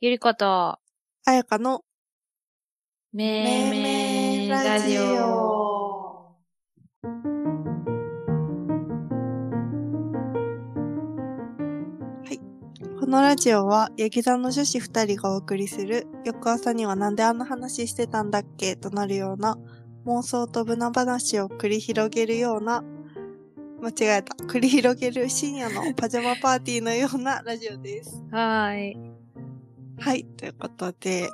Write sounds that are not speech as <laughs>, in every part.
ゆりこと、あやかの、めいめいラジオ。このラジオは、ヤギ座の女子二人がお送りする、翌朝にはなんであんな話してたんだっけとなるような、妄想と無難話を繰り広げるような、間違えた、繰り広げる深夜のパジャマパーティーのようなラジオです。はーい。はい、ということで、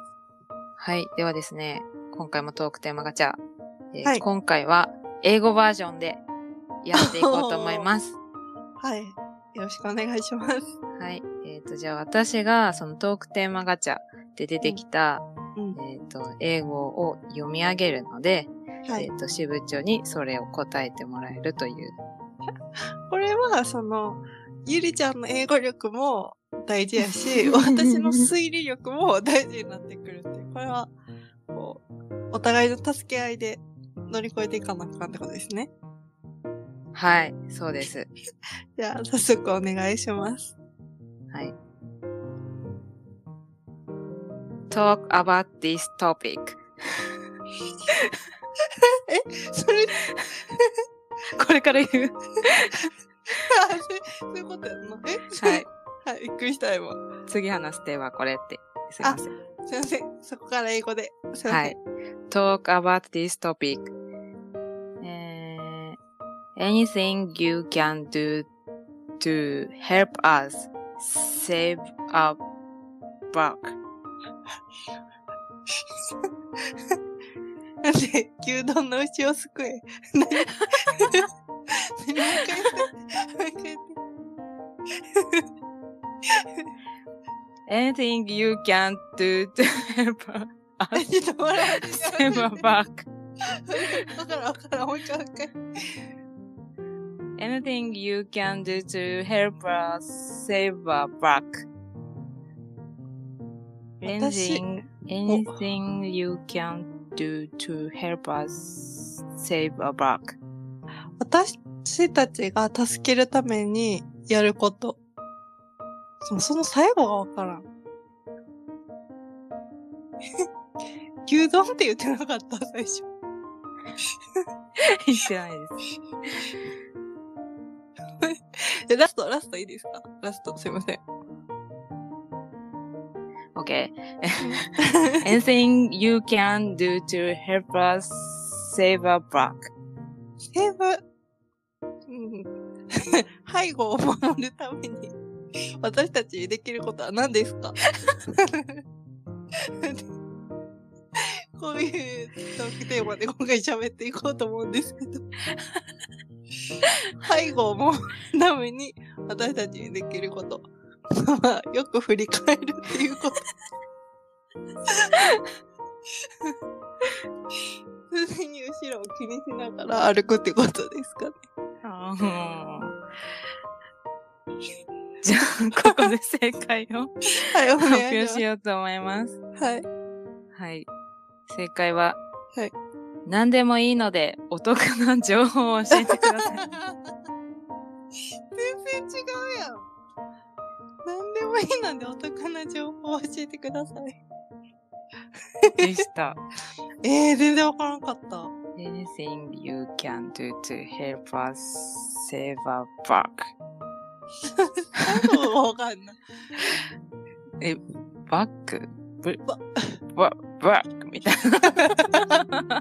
はい。ではですね、今回もトークテーマガチャ。えーはい今回は、英語バージョンでやっていこうと思い <laughs> ます。はい、よろしくお願いします。はい。えっ、と、じゃあ私が、そのトークテーマガチャで出てきた、うん、えっ、と、英語を読み上げるので、はいえっ、。と、支部長にそれを答えてもらえるという。これは、その、ゆりちゃんの英語力も大事やし、私の推理力も大事になってくるっていう。これは、こう、お互いの助け合いで乗り越えていかなあかんってことですね。はい。そうです。じゃあ、早速お願いします。はい。talk about this topic. それ、これから言う。あそれそういうことやんな。えはい。。はい、びっくりした、今。次話すテーマはこれって。すいません。すいません。そこから英語で。すいません。はい。talk about this topic. えー anything you can do to help us save a buck. なんで、牛丼の牛を救え。何何もう一回言って。もう一回言って。 anything you can do to <laughs> help え us ちょっと笑って save a buck. <laughs> だからわからん、もう一回もう一回。 anything you can do to help us save a buck. 私 Anything, anything you can do to help us save a buck. <laughs> 私たちが助けるためにやること。そのその最後がわからん。 <laughs> 牛丼って言ってなかった、最初。言ってないです。え、ラスト、ラストいいですかラスト、すいません。 Okay. anything you can do to help us save a buck. セーブ。うん。 <laughs> 背後を守るために、私たちにできることは何ですか <laughs> こういうトークテーマで今回喋っていこうと思うんですけど、背後を守るために、私たちにできること。まあ、よく振り返るっていうこと。普通に後ろを気にしながら歩くってことですかね。じゃあ、 <laughs> ここで正解を <laughs> はい、お発願い表ししようと思います。ます。はい。はい。正解は、はい。何でもいいので、お得な情報を教えてください。全然違うやん。何でもいいのでお得な情報を教えてください。でした。ええー、全然わからんかった。 Anything you can do to help us save a buck. 最後がわかんない。バックブババックみたい <laughs> な。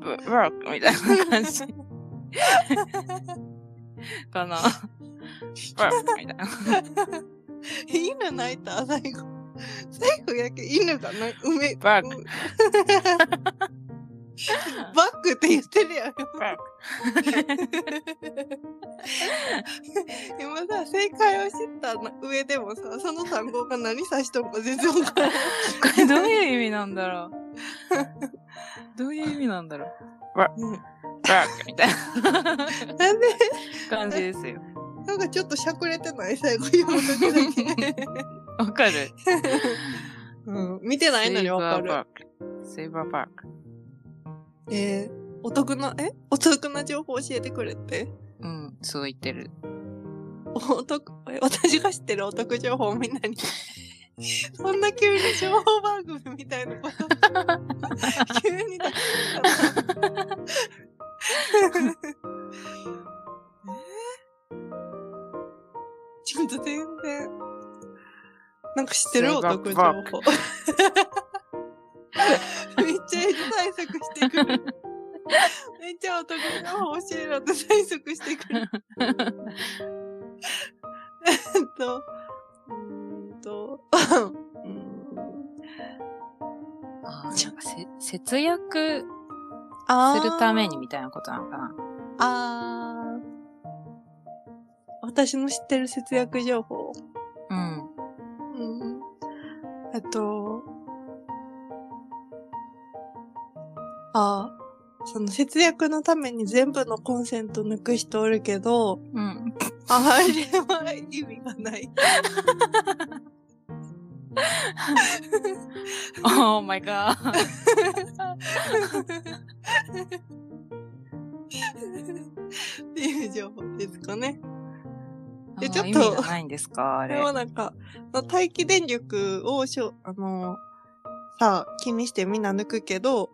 ブバックみたいな感じ。こ <laughs> の、バックみたいな。犬泣いた、最後。最後やけ、犬がな、うめ、 <laughs> バッうク、バックって言ってるやん。バ今さ、正解を知った上でもさ、その単語が何指しとんか全然わからん。ック。これどういう意味なんだろうどういう意味なんだろうバックみたいななんで、感じですよ。なんかちょっとしゃくれてない最後読む時だ <laughs> け。わかるうん、見てないのにわかる。セイバーバック。え <laughs> ー、お得な、えお得な情報教えてくれって。うん、そう言ってる。お得、私が知ってるお得情報をみんなに。 <laughs> そんな急に情報番組みたいなこと急に <laughs> 出してきたなえーちょっと全然。なんか知ってるお得情報。めっちゃエッジ対策してくる。めっちゃお得情報教えろって対策してくる。えっと、うーんと、うんあーなんかせ節約あーするためにみたいなことなのかなあー私の知ってる節約情報。うん。うん。えっと、あーその節約のために全部のコンセント抜く人おるけど、 <laughs> うん。あれは意味がない。 Oh my god. っていう情報ですかね。えあーちょっと意味がないんですかあこれ。れはなんか、待機電力をしょ、あの、さあ、気にしてみんな抜くけど、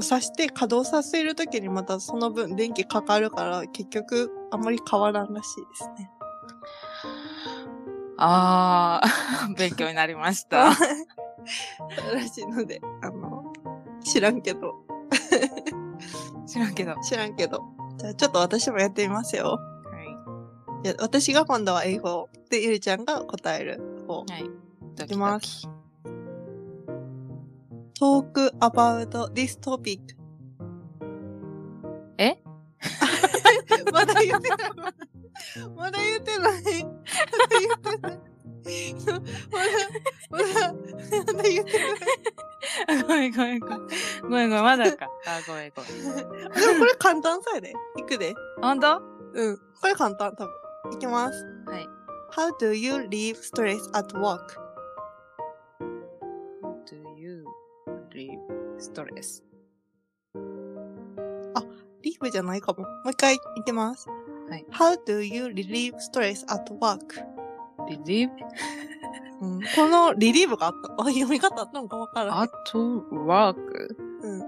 さして稼働させるときにまたその分電気かかるから、結局あんまり変わらんらしいですね。ああ、 <laughs> 勉強になりました。 <laughs> らしいので、あの、知らんけど、知らんけど。は知らんけど。じゃあちょっと私もやってみますよ。い。いや私が今度は英語で、ゆりちゃんが答える方。はい。ドいきキまドすキ。 Talk about this topic. え <laughs> まだ言ってない。まだ言ってない。まだ言ってない。まだ、まだ、まだ言ってない。 <laughs> ごめんごめんごめん。ごめんごめん、まだか。あー、ごめんごめん。でもこれ簡単そうやで。いくで。本当うん。これ簡単、多分。いきます。はい。 How do you leave stress at work? Do you relieve stress? リーフじゃないかも。もう一回いきます。はい。 How do you relieve stress at work? Relieve うんこのリリーブがあった。あ、読み方あったのかわからん。 at work? うん。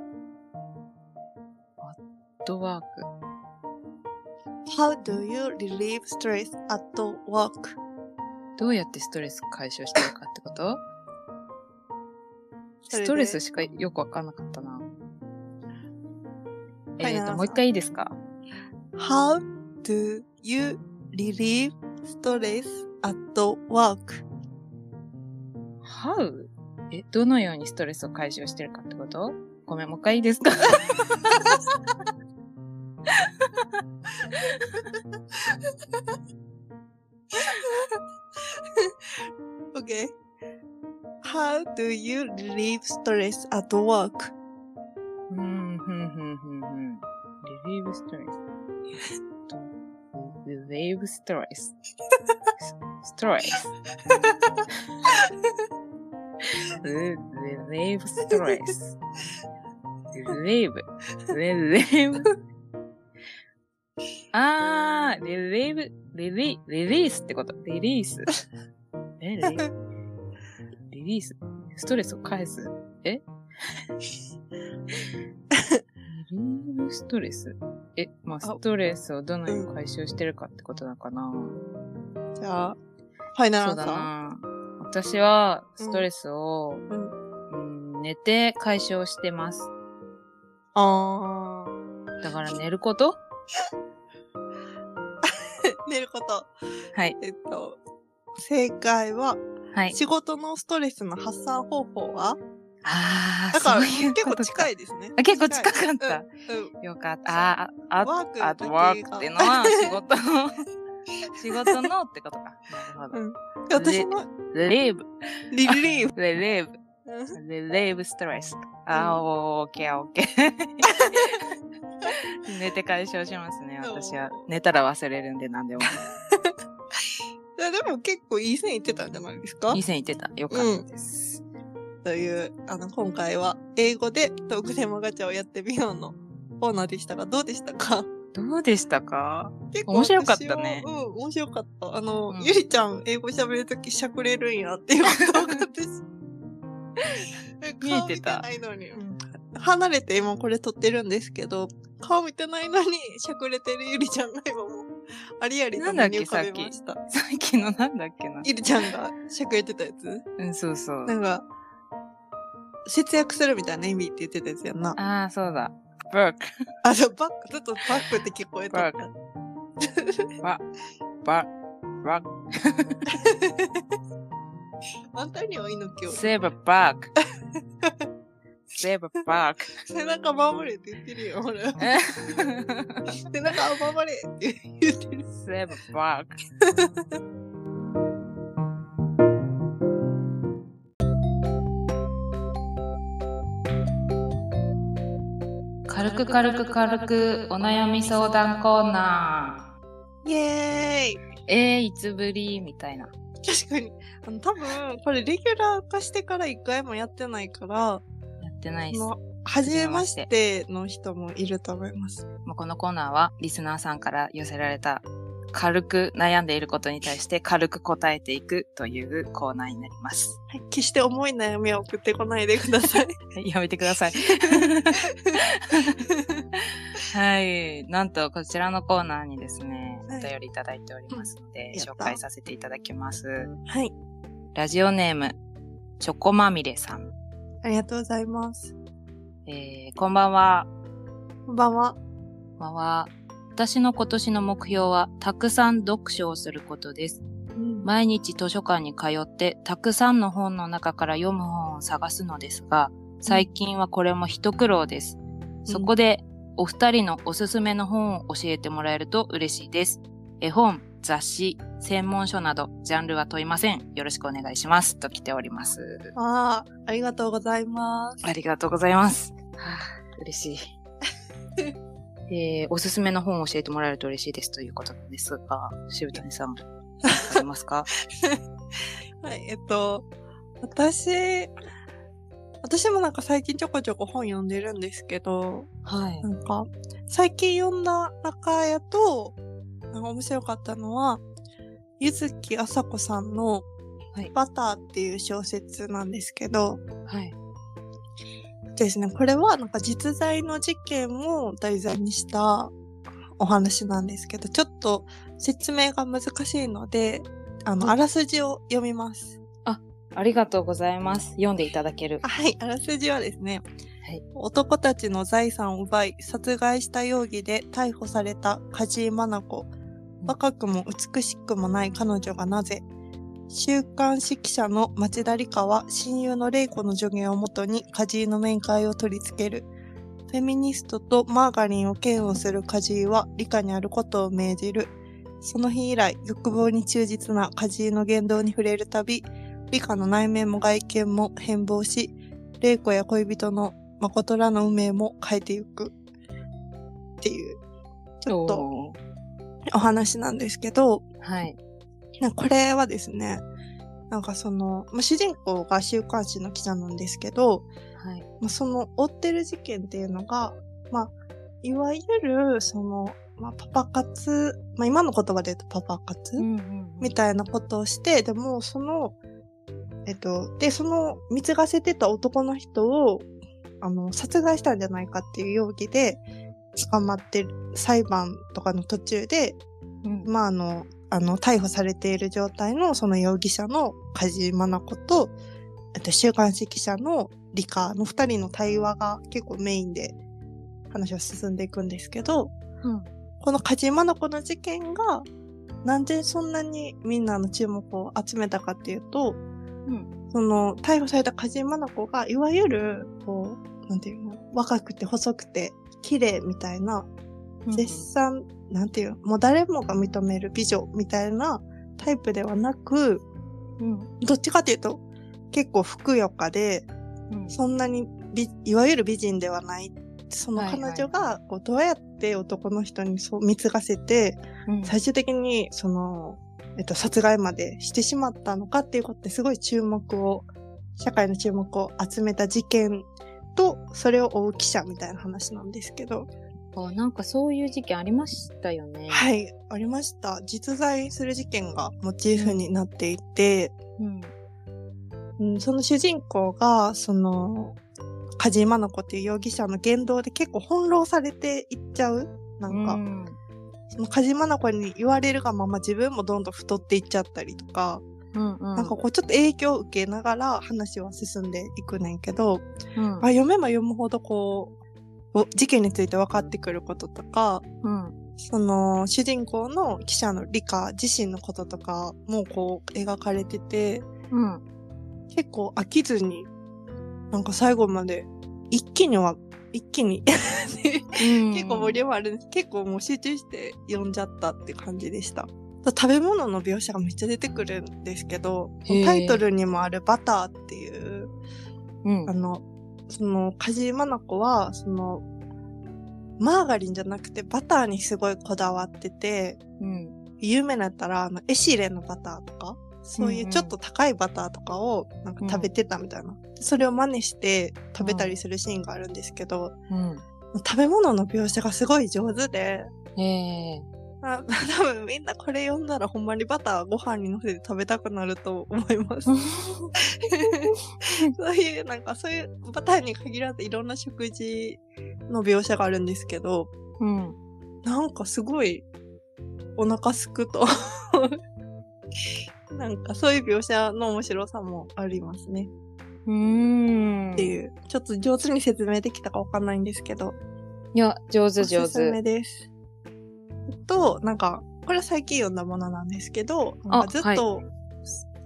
at work? How do you relieve stress at work? どうやってストレス解消してるかってことスそれでトレスしかよくわかんなかったな。いえっ、奈々さと、んもう一回いいですか How do you relieve stress at work? ?How? え、どのようにストレスを解消してるかってことごめん、もう一回いいですか Okay. How do you relieve stress at <laughs> work? うん、ふんふんふんふん。relieve stress. と relieve stress. ストレス。relieve stress. relieve. relieve. あー、relieve, release, release ってこと。リリース。 <laughs> え、リリリース。ストレスを返す。リリーブストレスえ、まあ、ストレスをどのように解消してるかってことなのかな、じゃあ、ファイナルそうアンだサー。な。私は、ストレスを、ううん寝て解消してます。あだから寝ることー。寝ること。はい。えっと、正解は、はい。仕事のストレスの発散方法はああ、だから、そういう結こ構とか近。いですね。あ結構近かった。うん。うんよかった。ああ、ワーあ、クあとワークってのは仕事の、 <laughs> 仕事のってことか。なるほど。私のレレーブ、リリーフ。レレーブ、レレーブストレス。あー、オーケーオー <laughs> ケー。寝て解消しますね、私は。寝たら忘れるんで何でも。いやでも結構いい線いってたんじゃないですか以前言ってた。よかったです。という、あの、今 <laughs> 回は英語でトークテーマガチャをやってみようのコーナーでしたが、どうでしたかどうでしたか結面白かったね私はうん、面白かった。あの、うんゆりちゃん、英語喋るときしゃくれるんやっていうことが私。 <laughs> 見えてた顔見てないのに。うん離れて今これ撮ってるんですけど、顔見てないのにしゃくれてるゆりちゃんが今もう、ありありと目に浮かべました。さっきのなんだっけな。ゆりちゃんがしゃくれてたやつうん、そうそうな。んか、節約するみたいな意味って言ってたやつやんな。ああ、そうだ。work, あ、そう、バック、ちょっとバックって聞こえバッた。ク but, work, あんたには猪木を。 save a buck. <laughs> save a buck. <laughs> 背中守れって言ってる <laughs> よ、ほら。背中守れって言ってる。 save a buck. <laughs> 軽く軽く軽くお悩み相談コーナー。イエーイえー、いつぶりみたいな。確かに。あの、多分、これレギュラー化してから一回もやってないから、やってないっす。の、初めましての人もいると思います。まあこのコーナーはリスナーさんから寄せられた軽く悩んでいることに対して軽く答えていくというコーナーになります。はい、決して重い悩みは送ってこないでください。はい <laughs> やめてください。はい。なんと、こちらのコーナーにですね、はいお便りいただいておりますので、やった紹介させていただきます。 <laughs> はい。ラジオネーム、チョコまみれさん。ありがとうございます。えー、こんばんは。こんばんは。こんばんは。私の今年の目標は、たくさん読書をすることです。うん毎日図書館に通ってたくさんの本の中から読む本を探すのですが最近はこれも一苦労です、そこでお二人のおすすめの本を教えてもらえると嬉しいです絵本雑誌専門書などジャンルは問いませんよろしくお願いしますと来ておりますああ、ありがとうございます。ありがとうございます、はあ、嬉しいえー、おすすめの本を教えてもらえると嬉しいですということなんですが渋谷さんありますかはい、えっと、私、私もなんか最近ちょこちょこ本読んでるんですけど、 <laughs> はいなんか、最近読んだ中やと、なんか面白かったのは、ゆずきあさこさんのはい、バターっていう小説なんですけど、はいですね、これはなんか実在の事件を題材にしたお話なんですけど、ちょっと説明が難しいので、あの、あらすじを読みます。ありがとうございます。読んでいただける。はい、あらすじはですね、はい男たちの財産を奪い、殺害した容疑で逮捕された梶井真奈子。若くも美しくもない彼女がなぜ、週刊誌記者の町田理香は親友の玲子の助言をもとに梶井の面会を取り付ける。フェミニストとマーガリンを嫌悪する梶井は理香にあることを命じる。その日以来、欲望に忠実な梶井の言動に触れるたび、理科の内面も外見も変貌し、玲子や恋人の誠らの運命も変えてゆく。っていう、ちょっとおーお話なんですけど、はい。なんかこれはですね、なんかその、まあ、主人公が週刊誌の記者なんですけど、はい。まあ、その追ってる事件っていうのが、まあ、いわゆる、その、まあ、パパ活、まあ、今の言葉で言うとパパ活、うんうんみたいなことをして、でもその、えっと、で、その貢がせてた男の人を、あの、殺害したんじゃないかっていう容疑で、捕まってる、裁判とかの途中で、うんまあ、あの、あの、逮捕されている状態のその容疑者の梶井真奈子と、えっと、週刊誌記者の理科の二人の対話が結構メインで話は進んでいくんですけど、うんこの梶井真奈子の事件が、なんでそんなにみんなの注目を集めたかっていううと、んその、逮捕された梶井真奈子が、いわゆる、こう、なんていうの、若くて細くて、綺麗みたいな、絶賛、なんていうの、もう誰もが認める美女みたいなタイプではなく、うんどっちかというと、結構ふくよかで、うんそんなに美、いわゆる美人ではない。そのはいはい彼女が、こう、どうやって男の人にそう貢がせて、うん最終的に、その、えっと、殺害までしてしまったのかっていうことですごい注目を、社会の注目を集めた事件と、それを追う記者みたいな話なんですけど、あなんかそういう事件ありましたよね。はい、ありました。実在する事件がモチーフになっていて、うん。うん、その主人公が、その、梶井真奈子っていう容疑者の言動で結構翻弄されていっちゃう。なんか、うんその梶井真奈子に言われるがまま自分もどんどん太っていっちゃったりとか、うんうん。なんかこうちょっと影響を受けながら話は進んでいくねんけど、うんまあ、読めば読むほどこう、お事件について分かってくることとか、うんその主人公の記者の理科自身のこととかもこう描かれてて、うん結構飽きずに、なんか最後まで、一気には、一気に、 <laughs> 結構ボリュームあるんです。結構もう集中して読んじゃったって感じでした。食べ物の描写がめっちゃ出てくるんですけど、へータイトルにもあるバターっていう、うんあの、その、梶井真奈子は、その、マーガリンじゃなくてバターにすごいこだわってて、うん有名だったら、あの、エシレのバターとか、そういんうううんちょっと高いバターとかをなんか食べてたみたいな。それを真似して食べたりするシーンがあるんですけど、食べ物の描写がすごい上手で、うん。ええあ多分みんなこれ読んだらほんまにバターご飯に乗せて食べたくなると思います。 <laughs> そういう、なんかそういうバターに限らずいろんな食事の描写があるんですけど、うん。なんかすごいお腹すくと <laughs> なんかそういう描写の面白さもありますねうーん。ってう。いうちょっと上手に説明できたかわかんないんですけどいや、上手おす上すめ手。ですとなんかこれは最近読んだものなんですけどなんかずっと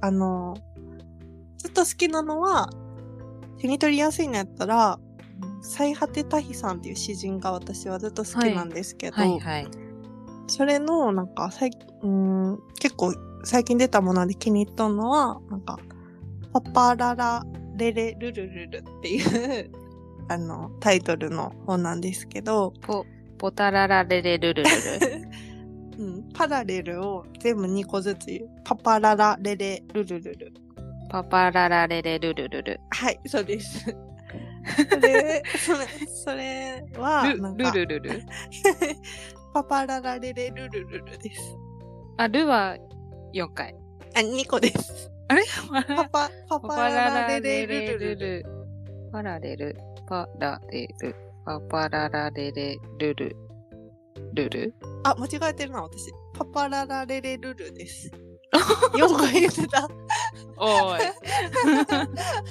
あ,、のずっと好きなのは手に取りやすいのやったら最果てタヒさんっていう詩人が私はずっと好きなんですけど、はいはい。それの、なんか、最うーん、結構最近出たもので気に入ったのは、なんか、パパララレレルルルルっていう、 <laughs> あの、タイトルの本なんですけど、ポ、ポタララレレルルル <laughs> ル。うん、パラレルを全部2個ずつ言う。パパララレレルルルル。パパララレレルルルル。はい、そうです。それ、それ、それは、なんルか、ルルルル。パパララレレルルルルです。あ、ルは4回。あ、2個です。パパ、パパ <laughs> パパララララレレレレルルルルル。ル。パラレル、パラレル、パパララレレルルルル。あ、間違えてるな、私。パパララレレルル <laughs> です。4回言ってた。おい。 <laughs> 間違えられ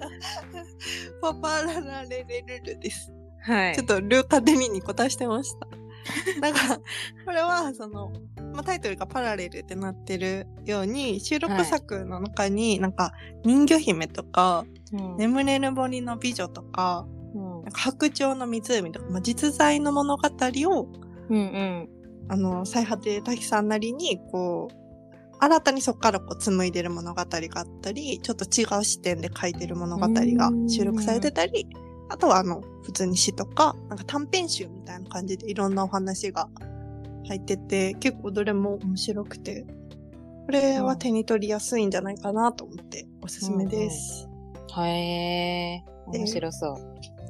た。 <laughs> パパララレレルルです。 <laughs> はいちょっ。とルーカデミに答えしてま <laughs> した。なんか、これは、その、まあ、タイトルがパラレルってなってるように、収録作の中に、なんか、人魚姫とか、うん眠れる森の美女とか、うんなんか白鳥の湖とか、まあ、実在の物語をうんあの、最果て滝さんなりに、こう、新たにそこからこう紡いでる物語があったり、ちょっと違う視点で書いてる物語が収録されてたり、あとはあの、普通に詩とか、なんか短編集みたいな感じでいろんなお話が入ってて、結構どれも面白くて、これは手に取りやすいんじゃないかなと思っておすすめです。うん。へえ。面白そう。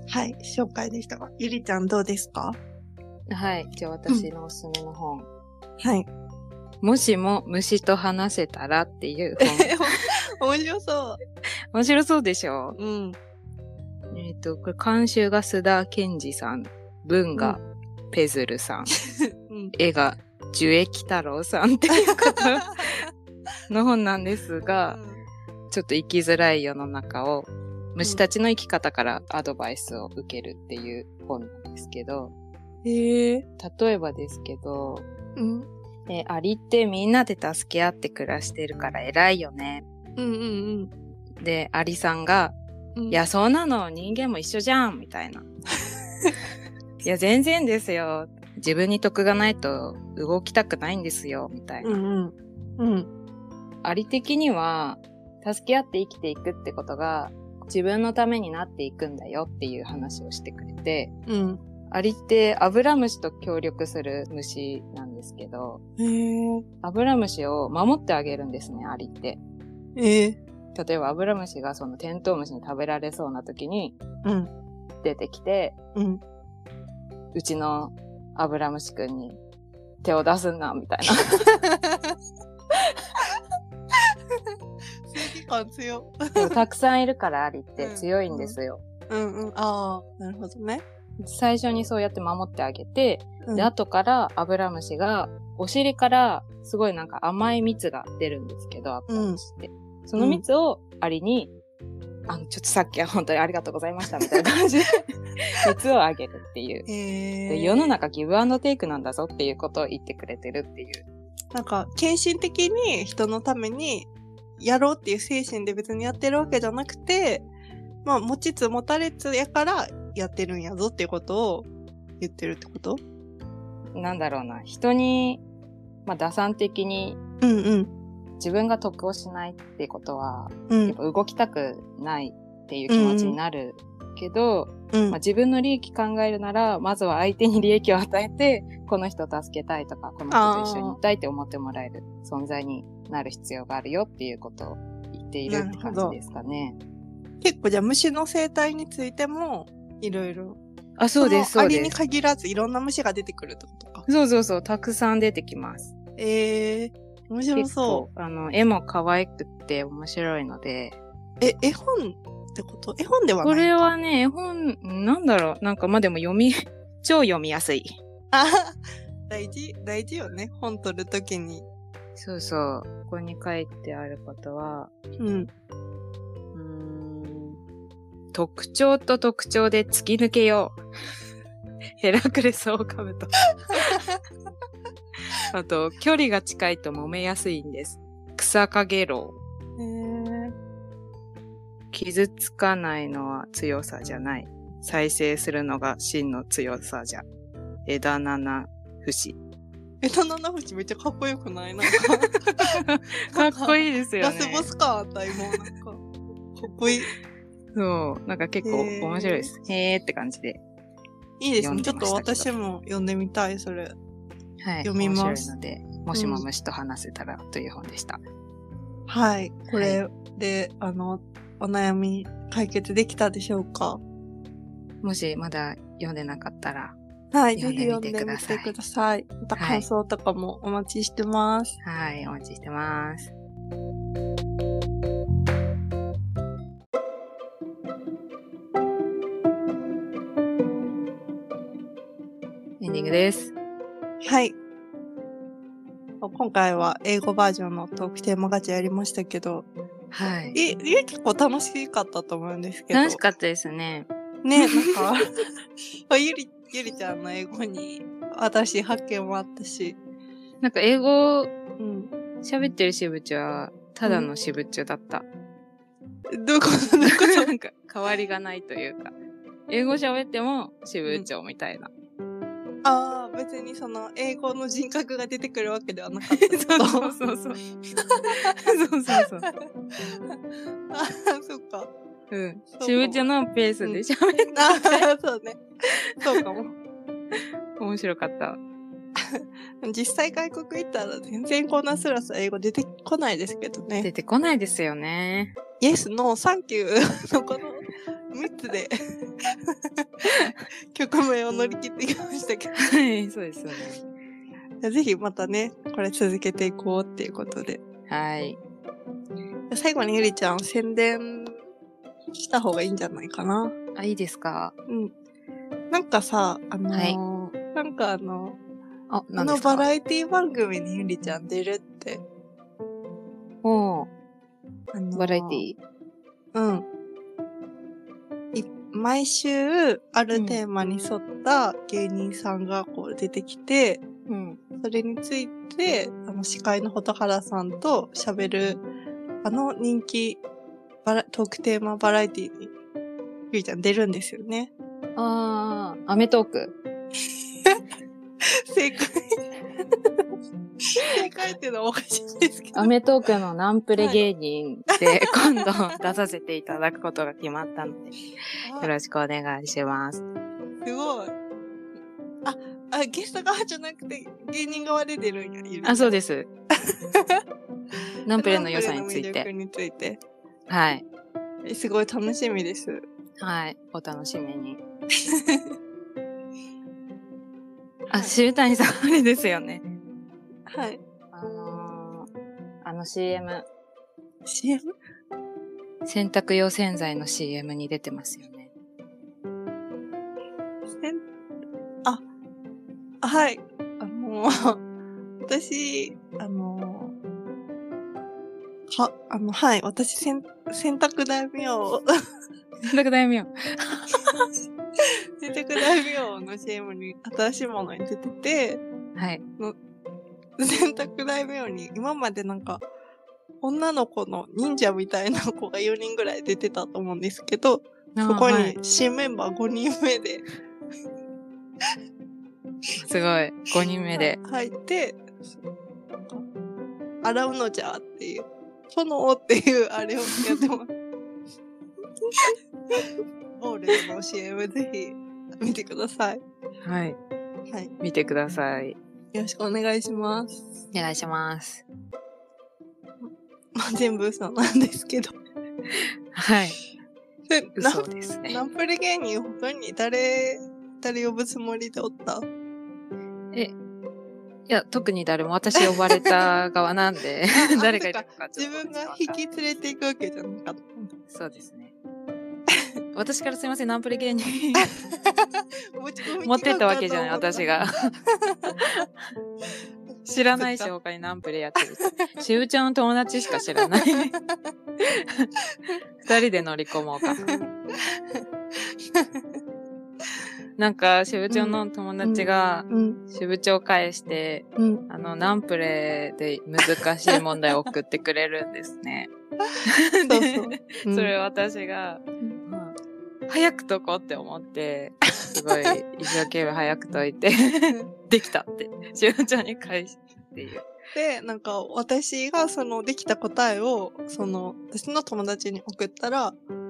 はい、紹介でしたが、ゆりちゃんどうですかはい。じゃあ私のおすすめの本。はい。もしも虫と話せたらっていう <laughs> 本。 <laughs> 面白そ面白そうでしょう。うん。えっ、と、これ監修が須田健二さん、文がペズルさん、うん。 <laughs> 絵が樹液太郎さんっていう方の本なんですが、ちょっと生きづらい世の中を、虫たちの生き方からアドバイスを受けるっていう本なんですけど、へえ。例えばですけど、うん。えーアリってみんなで助け合って暮らしてるから偉いよね。うんうんで、アリさんが、うん。いや、そうなの、人間も一緒じゃん、みたいな。 <laughs> いや、全然ですよ。自分に得がないと動きたくないんですよ、みたいな。うんうん。うん。あり的には、助け合って生きていくってことが、自分のためになっていくんだよっていう話をしてくれて、うん。アリってアブラムシと協力する虫なんですけど、へアブラムシを守ってあげるんですね、アリって。え。ええ。例えばアブラムシがそのテントウムシに食べられそうな時に、うん。出てきて、うん。うちのアブラムシ君に手を出すんな、みたいな。正義感強。でもたくさんいるからアリってうん強いんですよ。うんうん。ああ、なるほどね。最初にそうやって守ってあげて、うんで、後からアブラムシが、お尻からすごいなんか甘い蜜が出るんですけど、アブラムシって。その蜜をアリに、あの、ちょっとさっきは本当にありがとうございましたみたい <laughs> な感じで、蜜をあげるっていう。えでー、世の中ギブアンドテイクなんだぞっていうことを言ってくれてるっていう。なんか、献身的に人のためにやろうっていう精神で別にやってるわけじゃなくて、まあ、持ちつ持たれつやからやってるんやぞっていうことを言ってるってことなんだろうな。人に、まあ、打算的にうんうん。自分が得をしないってことは、うやっんぱ動きたくないっていう気持ちになるけど、うんまあ、自分の利益考えるなら、まずは相手に利益を与えて、この人を助けたいとか、この人と一緒にいたいって思ってもらえる存在になる必要があるよっていうことを言っているって感じですかね。結構じゃあ虫の生態についてもいろいろ。あ、そうです、のそうアリでにす。限らずいろんな虫が出てくるってことか。そうそうそう、たくさん出てきます。ええー、面白結そ構、あの、絵も可愛くって面白いので、う。え、絵本ってこと絵本ではなこいれはね、絵本、なんだろう、なんかまあでも読み、超読みやすい。あ大事、大事よね。本取るときに。そうそう。ここに書いてあることは、うん。うーん特徴と特徴で突き抜けよう。 <laughs> ヘラクレスオオカ <laughs> ブト。あと、距離が近いと揉めやすいんです。草陰ろう。えー、傷つかないのは強さじゃない。再生するのが真の強さじゃ。枝七節。え、タナナフチめっちゃかっこよくないなんか、 <laughs> かっこいいですよラね。スボス感あった、今。なんか、かっこいい。そう。なんか結構へー面白いです。へーって感じで。いいです読んね。ちでょっましたけどと私も読んでみたい、それ。はい。読みます面白いので、もしも虫と話せたらという本でした。はい。これで、あの、お悩み解決できたでしょうかもしまだ読んでなかったら、はい。ぜ読んひで読みんでてみくださていください。またはい感想とかもお待ちしてます。はい、お待ちしてます。エンディングです。はい。今回は英語バージョンのトークテーマガチャやりましたけど、はい。い、い結構楽しかったと思うんですけど。楽しかったですね。ね、なんか、 <laughs> あゆり、ゆりちゃんの英語に、私発見もあったし。なんか英語うん。喋ってる支部長は、ただの支部長だった。どういうことどういうこ <laughs> なんか変わりがないというか、英語喋っても支部長みたいな。とああ、別にその、英語の人格が出てくるわけではなかっ <laughs> <laughs> た。そうそうそうそう。そうそうそう。ああ、 <laughs> そっか。うんそう。しぶちゃんのペースで喋っああ、そうね。そうかも。た。面白かった。実際外国行ったら全然こんなスラスラ英語出てこないですけどね。出てこないですよね。イエス、ノー、サンキューのこの3つで <laughs> 局面を乗り切ってきましたけど。はい、そうですよね。ぜひまたね、これ続けていこうっていうことで。はい。最後にゆりちゃん、宣伝した方がいいんじゃないかな。あ、いいですかうん。なんかさ、あのーはいなんかあの、あ、あなんでのすバかラエティ番組にゆりちゃん出るって。おーあのーバラエティうん。い毎週、あるテーマに沿った芸人さんがこう出てきて、うん。それについて、あの、司会の蛍原さんと喋る、あの人気バラ、トークテーマバラエティに、ゆいちゃん出るんですよね。 <laughs> あー、アメトーク。正解。正解っていうのはおかしいですけど。アメトークのナンプレ芸人 <laughs> で今度出させていただくことが決まったので、よろしくお願いします。すごい。あ、あ、ゲスト側じゃなくて、芸人側で出るんや、ゆりちゃんあ、そう <laughs> です。ナンプレの良さについナンプレて。の魅力についてはい。えすごい楽しみです。はい。お楽しみ <laughs> に。あ、渋谷さん、あれですよね。はい。あのーあの CM、 CM? 洗濯用洗剤の CM に出てますよね。せんあ、はい。あの、私、あの、は、あの、はい。私、せん洗濯大名を、洗濯大名。洗濯大名の CM に新しいものに出てて、はい。洗濯大名に今までなんか、女の子の忍者みたいな子が4人ぐらい出てたと思うんですけど、そこあーはいに新メンバー5人目で、すごい。5人目で。はい入って、洗うのじゃっていう、炎っていうあれをやってます。 <laughs> ボールズの CM ぜひ見てください。はい。はい。見てください。よろしくお願いします。お願いします。まあ、全部嘘なんですけど。はい。でナ嘘ですねナ。ンプレ芸人他に誰、誰呼ぶつもりでおったいや、特に誰も私呼ばれた側なんで <laughs> あ、誰がいるのかちょ自っと分が引き連れていくわけじゃなかった。そうですね。私からすいません、ナンプレ芸人持ち込み持ってったわけじゃない、企画かと私思が。っ <laughs> 知らないし、他にナンプレやってるし。しうちゃんの友達しか知らない。二人で乗り込もうか。なんか、しぶちょの友達がた。、うん、しぶちょを返して、うん。あの、ナンプレで難しい問題を送ってくれるんですね。 <laughs> そうそう。それを私が、うん早く解こうって思って、すごい一生懸命早く解い <laughs> て、できたって、しおちゃんに返 <laughs> すっていう。で、なんか私がそのできた答えを、その私の友達に送ったら、えも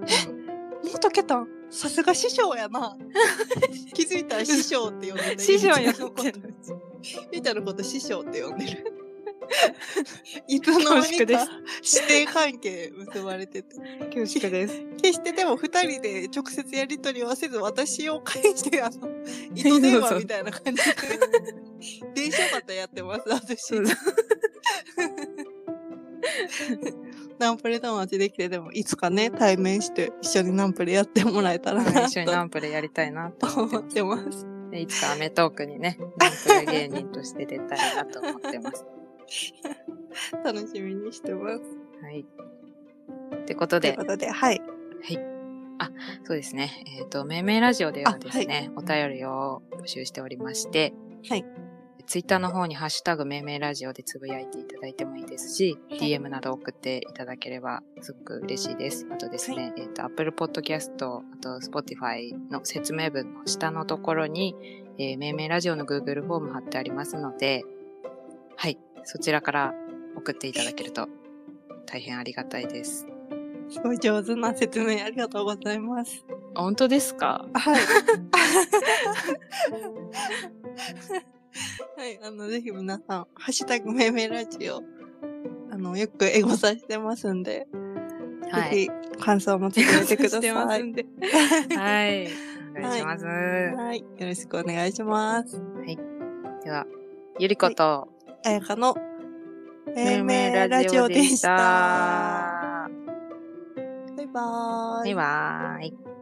う解けたんさすが師匠やな。 <laughs> 気づいたら師匠って呼んでる。師匠やみたいなこってるとみたいなこと師匠って呼んで <laughs> る。いつの間恐縮にでかす師弟関係結ばれてて。 <laughs> 恐縮 <laughs> です。決してでも二人で直接やりとりはせず私を返して、<laughs> あの、糸電話みたいな感じで、電車またやってます、私。 <laughs> ナンプレ友達できて、でもいつかね、対面して一緒にナンプレやってもらえたらな、一緒にナとンプレやりたいなと思思っっててます。ます。でいつかアメトークにね、ナンプレ芸人として出たいなと思ってます。楽しみにしてます。はい。ってことというでこ、とで、はい。そうですね。えっ、と、めいめいラジオではですね、お便りを募集しておりまして、はい。ツイッターの方にハッシュタグめいめいラジオでつぶやいていただいてもいいですし、い DM など送っていただければすごく嬉しいです。あとですね、えっ、と、Apple Podcast、あと Spotify の説明文の下のところに、えー、めいめいラジオの Google フォーム貼ってありますので、はい。そちらから送っていただけると大変ありがたいです。すごい上手な説明ありがとうございます。あ本当ですかはい。 <laughs> はい、あの、ぜひ皆さん、ハッシュタグめいめいラジオ、あの、よくエゴさしてますんで、はい。ぜひ感想もつぶやいてくださしい。てますんで。はい。お願いします。はい、よろしくお願いします。では、ゆりこと、あやかの、めいめめいいめいラジオでした。ラジオでバイバーしたバイ。イバーイ。